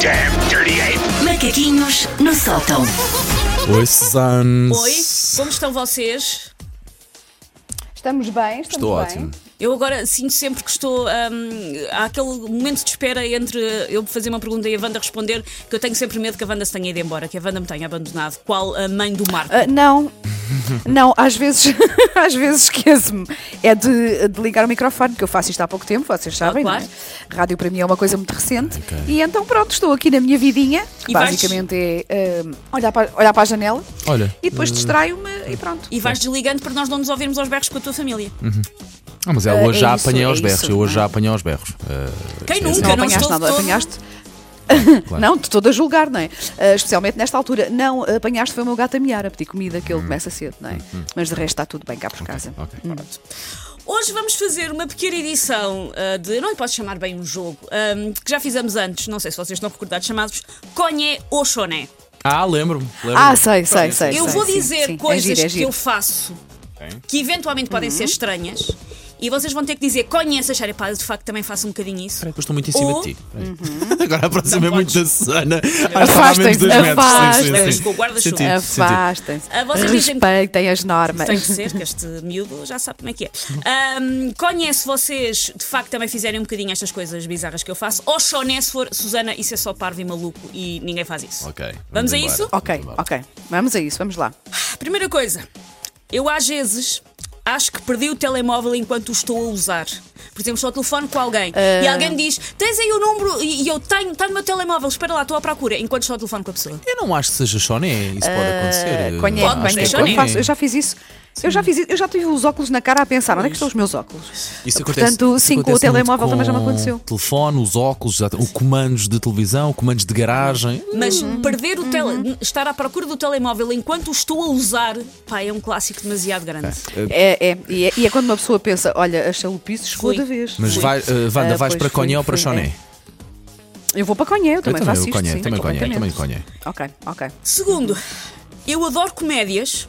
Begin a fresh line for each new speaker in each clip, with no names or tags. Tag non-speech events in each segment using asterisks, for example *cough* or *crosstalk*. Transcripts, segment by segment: damn dirty ape!
Macaquinhos no sótão.
*laughs* Oi, Suzanne.
Oi, como estão vocês?
Estamos bem, estamos
Estou
bem.
ótimo.
Eu agora sinto sempre que estou. hum, há aquele momento de espera entre eu fazer uma pergunta e a Wanda responder, que eu tenho sempre medo que a Wanda se tenha ido embora, que a Wanda me tenha abandonado. Qual a mãe do Marco?
*laughs*
Ah, não, não, às vezes, *laughs* às vezes esqueço-me. É de, de ligar o microfone, porque eu faço isto há pouco tempo, vocês sabem,
Ah, claro.
não é? Rádio para mim é uma coisa muito recente.
Ok.
E então pronto, estou aqui na minha vidinha, que
E vais-
basicamente é ah, olhar, para, olhar para a janela
Olha,
e depois
eh,
distraio-me e pronto.
E vais desligando para nós não nos ouvirmos aos berros com a tua família.
Ah, mas eu hoje
é
já
isso,
apanhei
é
aos berros.
isso,
Eu hoje
não é?
já apanhei aos berros. Eh,
Quem
sim,
nunca?
sim.
Não
Eu não
apanhaste
estou de
nada,
todo-
apanhaste.
Claro.
*laughs* Não, de todo a julgar, não é? Ah, especialmente nesta altura. Não, apanhaste foi o meu gato a miar a pedir comida, que ele começa cedo, não é? Mas de resto está tudo bem cá por casa.
Hum. Ah, ok.
Hoje vamos fazer uma pequena edição ah, de. eu Não lhe posso chamar bem um jogo, hum, que já fizemos antes, não sei se vocês estão recordados, chamados Conhe ou Choné.
Ah, lembro-me. lembro-me.
Ah, sei, sei, sei.
Eu
sei,
vou
sim,
dizer
sim. É
coisas
giro, é
que
giro. Uhum.
eu faço
Ok.
que eventualmente podem ser estranhas e vocês vão ter que dizer conheço a Sara Paz, de facto também faço um bocadinho isso.
Espera aí, que eu estou muito em cima
Ou-
de ti. Espera aí.
Uhum.
*laughs* Agora aproximei
Não
muito
podes.
da Susana.
Afastem-se, afastem-se.
Com o guarda-chuva.
Sentido, sentido.
Afastem-se.
Ah, vocês dizem-
Respeitem as normas.
Tem que ser, que este miúdo já sabe como é que é. Ahm, conhece vocês, de facto, também fizerem um bocadinho estas coisas bizarras que eu faço, ou choné se for Susana, isso é só parvo e maluco e ninguém faz isso.
Ok, vamos
Vamos, a
embora.
isso?
Ok, ok. Vamos a isso, vamos lá.
Primeira coisa, eu às vezes acho que perdi o telemóvel enquanto o estou a usar. Por exemplo, estou ao telefone com alguém e alguém me diz: Tens aí o número? E e eu tenho, tenho o meu telemóvel, espera lá, estou à procura, enquanto estou ao telefone com a pessoa.
Eu não acho que seja choné. Isso pode
Ah,
acontecer. Eu
Conhe-
acho que é
mas
conhe-
deixa eu
eu,
nem.
faço- eu já fiz isso. Eu já fiz isso. Eu já tive os óculos na cara a pensar. Onde é que estão os meus óculos?
Isso
Portanto,
isso
sim, com o
acontece
telemóvel
muito
também já me
com
aconteceu.
O telefone, os óculos, exato, o comandos de televisão, comandos de garagem.
Mas perder o tele, estar à procura do telemóvel enquanto o estou a usar, pá, é um clássico demasiado grande.
É, é. E é, e é quando uma pessoa pensa, olha, a chalupice chegou
Fui.
da vez.
Mas
Fui.
vai, eh, Wanda,
Ah,
vais
pois
para
fui,
Conhe ou para
fui,
Choné?
é. Eu vou para Conhé, eu também
também,
faço
eu
isto.
Conhe,
sim,
também Conhe, também
completamente.
Conhe.
Ok, ok.
Segundo, eu adoro comédias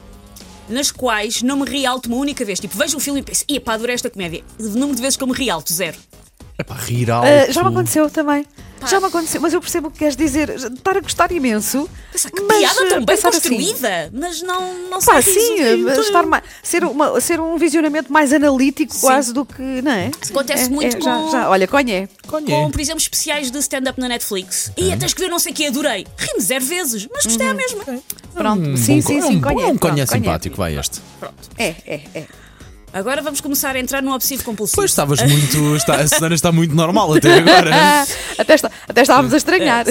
nas quais não me realto uma única vez. Tipo, vejo um filme e penso, epá, adorei esta comédia. O número de vezes que eu me realto, zero.
É para rir alto.
Ah, já me aconteceu também. Já me aconteceu, mas eu percebo o que queres dizer. Estar a gostar imenso.
Pensar que
mas,
piada
ah,
tão bem
pensar assim,
construída, mas não, não sei
Pá,
se
sim,
isso-
mas estar mais, ser, uma, ser um visionamento mais analítico quase do que, não é?
Acontece
É,
muito
é, já-
com-
já, olha, conhe.
Conhe.
Com, por exemplo, especiais de stand-up na Netflix.
Uhum.
E até escrever não sei o que, adorei. Ri-me zero vezes, mas gostei à mesma.
Pronto,
Um
sim,
bom-
sim,
é
sim,
um, bom-
conhe.
É um
pronto,
Conhe
conhe.
simpático, vai este.
É, é, é.
Agora vamos começar a entrar no obsessivo compulsivo.
Pois
tá.
estavas muito. está- a Susana está muito normal
*laughs*
até agora. é?
Ah, até, está- até estávamos a estranhar.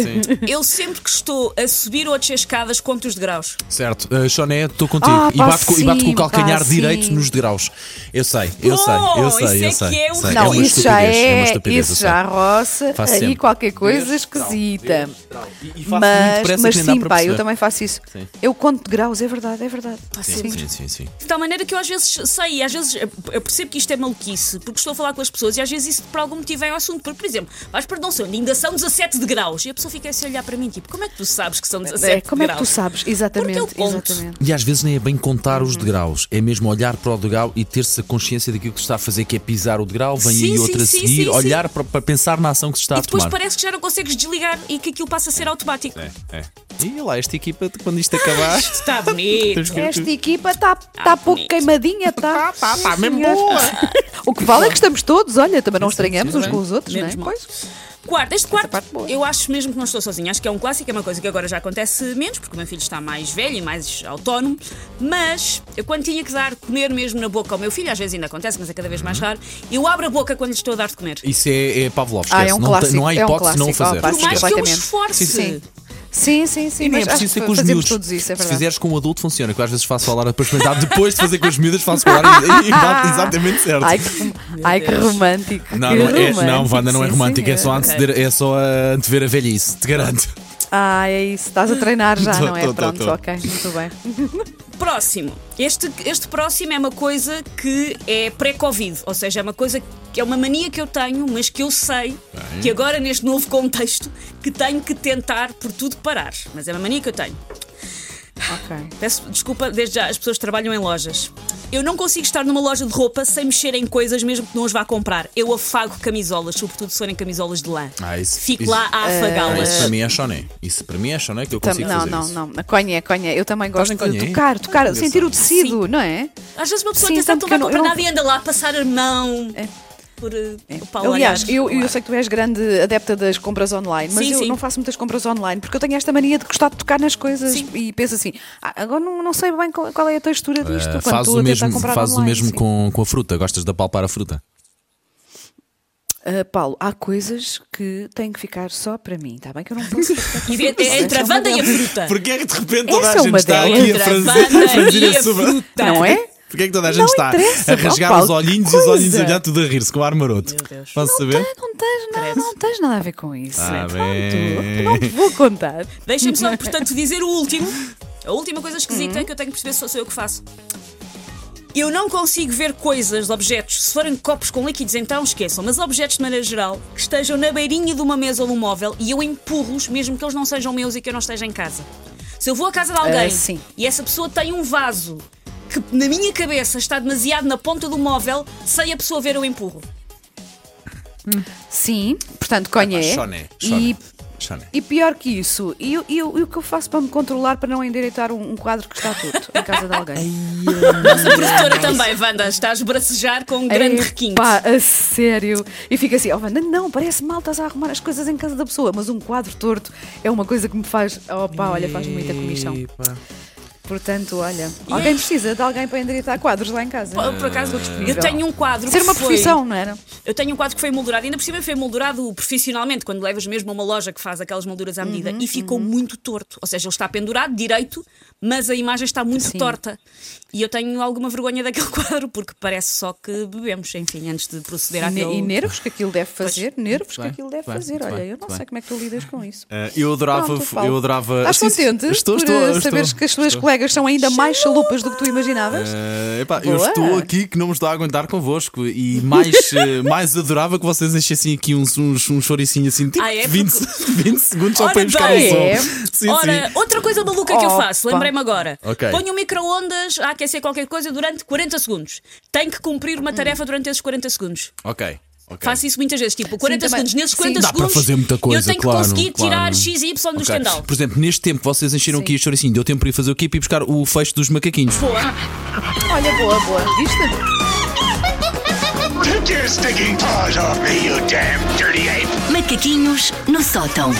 Eu sempre que estou a subir ou a descer escadas, conto os degraus.
Certo, uh, Choné, estou contigo.
Ah,
e,
pá,
bato com, e bato com
sim,
o calcanhar
pá,
direito
sim.
nos degraus. Eu sei, eu sei, eu
Bom,
sei, eu
isso é
sei.
que é
sei.
um-
é
*laughs* Não,
uma
isso já
estupidez, é uma
é,
estupidez, eu
isso
sei.
já roça
Faço
aí
sempre.
qualquer coisa
Deus,
esquisita.
Deus, E, e faço muito
Mas,
depressa
mas
que nem dá
sim,
para
pá, eu
perceber.
também faço isso.
Sim.
Eu conto de graus, é verdade, é verdade.
Sim, sim, sim. sim.
De tal maneira que eu às vezes sei, às vezes eu eu percebo que isto é maluquice, porque estou a falar com as pessoas e às vezes isso por algum motivo é um assunto. Porque, por exemplo, vais para não sei onde, ainda são 17 graus. E a pessoa fica assim a olhar para mim, tipo, como é que tu sabes que são 17
É, como é que tu
graus?
sabes? Exatamente,
Porque eu conto.
exatamente.
E às vezes nem é bem contar os degraus, é mesmo olhar para o degrau e ter-se a consciência daquilo que se está a fazer, que é pisar o degrau, vem
Sim,
aí
sim,
outra
sim,
a seguir,
sim, sim.
olhar Para, para pensar na ação que se está
E
Tá a
depois
tomar.
parece que já não consegues desligar e que aquilo passa a ser automático.
É, é. E lá, esta equipa, quando isto acabar.
Está bonito.
tens que-
Esta equipa está tá pouco
bonito.
queimadinha, está.
pá, pá, mesmo boa.
O que vale é que estamos todos, olha, também não estranhamos
sim,
uns
sim.
com os outros, não é?
Menos mal.
Pois.
Quarto, este quarto,
parte boa.
eu acho mesmo que não estou sozinha. Acho que é um clássico, é uma coisa que agora já acontece menos, porque o meu filho está mais velho e mais autónomo. Mas eu, quando tinha que dar comer mesmo na boca ao meu filho, às vezes ainda acontece, mas é cada vez
Uhum.
mais raro, eu abro a boca quando lhe estou a dar de comer.
*laughs* Isso é, é Pavlov,
Ah, é
esquece.
um
não, tem-
clássico,
não há
é um
hipótese de não o
clássico,
fazer.
é um
Por mais
clássico.
que eu me
Completamente.
esforce.
Sim. Sim, sim, sim.
E nem é
mas acho
preciso ser
que
com os
fazemos
miúdos.
todos isso, é
Se
verdade.
fizeres com um adulto, funciona. Que eu às vezes faço falar para experimentar. Depois de fazer com os miúdos, faço falar
*laughs*
e, e bate exatamente certo.
Ai, que, ai, que romântico.
não,
que
não é,
romântico,
não, Wanda, não é
sim,
romântico. É só,
senhor.
anteceder, é só a antever a velhice, te garanto.
Ah, é isso. Estás a treinar já,
Tô,
não é?
tô, tô,
Pronto,
tô.
ok. Muito bem.
Próximo. Este, este próximo é uma coisa que é pré-Covid, ou seja, é uma coisa que é uma mania que eu tenho, mas que eu sei que agora, neste novo contexto, que tenho que tentar por tudo parar. Mas é uma mania que eu tenho.
Ok.
Peço desculpa desde já, as pessoas que trabalham em lojas. Eu não consigo estar numa loja de roupa sem mexer em coisas, mesmo que não as vá comprar. Eu afago camisolas, sobretudo se forem camisolas de lã.
Ah, isso-
Fico
isso-
lá a
Ah, isso
afagá-las.
para mim é choné. Isso para mim é choné que eu
Tam-
consigo
não,
fazer
não,
isso.
não. Conhé, conhé. Eu também gosto
em
de
conhé?
tocar, tocar, sentir o tecido, não é?
Às vezes uma pessoa
Sim,
até
tanto
tanto
que
vai
eu não-
comprar
eu não- É.
nada e anda lá a passar a mão por eh, o pau
Aliás,
olhar. é?
eu, eu sei que tu és grande adepta das compras online, mas
Sim,
eu
sim.
não faço muitas compras online porque eu tenho esta mania de gostar de tocar nas coisas
Sim.
e penso assim, "Ah, agora não, não sei bem qual, qual é a textura disto.
Ah,
quando
fazes
estou
o
a tentar
mesmo,
comprar
fazes o
online,
mesmo
sim.
com, com a fruta. Gostas de apalpar a fruta.
Ah, Paulo, há coisas que têm que ficar só para mim, está bem? Que eu não
*laughs*
posso.
E vê- é entre a banda e a fruta.
Porquê é que de repente
toda a Essa é gente uma está delas. aqui
Entre *laughs* a
*laughs*
banda e a fruta.
Não é?
Porquê é que toda a
gente Não está interessa, a rasgar opa, os olhinhos e os olhinhos coisa. a olhar
tudo a rir-se com ar maroto?
Meu Deus.
Posso
Não, tens- não tens nada,
Credo.
não tens nada a ver com isso.
Tá
Pronto,
bem.
não te vou contar.
Deixa-me só,
é.
portanto, dizer o último. A última coisa
Uhum.
esquisita que eu tenho que perceber se sou eu que faço. Eu não consigo ver coisas, objetos, se forem copos com líquidos, então esqueçam, mas objetos de maneira geral que estejam na beirinha de uma mesa ou de um móvel e eu empurro-os, mesmo que eles não sejam meus e que eu não esteja em casa. Se eu vou à casa de alguém
Ah, sim.
e essa pessoa tem um vaso que na minha cabeça está demasiado na ponta do móvel, sem a pessoa ver, eu empurro.
Sim, portanto, conhé.
Choné.
E,
Choné.
e pior que isso, e eu, e eu- e o que eu faço para me controlar para não endireitar um, um quadro que está tudo em casa de alguém?
Nossa produtora também, Wanda, estás a bracejar com um grande requinte.
É, Pá, a sério. E fica assim, oh, Wanda, não, parece mal, estás a arrumar as coisas em casa da pessoa, mas um quadro torto é uma coisa que me faz, oh pá, olha, faz muita comissão. Portanto, olha, alguém precisa de alguém para endireitar quadros lá em casa.
Por- Por acaso, eu tenho um quadro.
Ser
que
uma
foi-
profissão, não era?
Eu tenho um quadro que foi moldurado, ainda por cima foi moldurado profissionalmente, quando levas mesmo a uma loja que faz aquelas molduras à medida,
Uhum,
e ficou muito torto. Ou seja, ele está pendurado direito, mas a imagem está muito
Sim.
torta. E eu tenho alguma vergonha daquele *laughs* quadro, porque parece só que bebemos, enfim, antes de proceder
E, ne-
àquele.
e nervos que aquilo deve fazer, nervos que
bem,
aquilo deve
muito bem,
fazer.
muito
Olha,
bem,
eu não
muito
sei
bem.
como é que tu lidas com isso.
Ah, eu adorava.
Pronto, Paulo.
eu adorava
Estás
Ah, Sim, sim,
contente
Estou,
por
estou.
eh, saberes
estou,
que as tuas
estou.
colegas são ainda mais chalupas do que tu imaginavas?
Eh, epá, eu
Boa.
estou aqui que não me estou a aguentar convosco e
*laughs*
mais, eh, mais adorava que vocês deixassem aqui uns, uns, um choricinho assim, tipo
Ah, é?
20, *laughs* 20 segundos só
Ora
para ir buscar
bem.
um som.
É.
Sim,
Ora,
sim.
outra coisa maluca que eu
Opa.
faço, lembrei-me agora.
Ok.
Ponho o micro-ondas a aquecer qualquer coisa durante 40 segundos. Tenho que cumprir uma tarefa durante esses 40 segundos.
Ok, ok.
Faço isso muitas vezes, tipo 40
também.
segundos. Nesses
Sim.
40
Dá para
segundos,
fazer muita
eu
coisa,
tenho que
claro,
conseguir tirar
claro.
X e Y do
Ok.
um escandal.
Por exemplo, neste tempo vocês encheram aqui o choricinho, deu tempo para ir fazer o quê? Para ir buscar o fecho dos macaquinhos.
Boa.
Olha, boa, boa. Viste?
Take your stinking paws off me, you damn dirty ape!
Macaquinhos no sótão.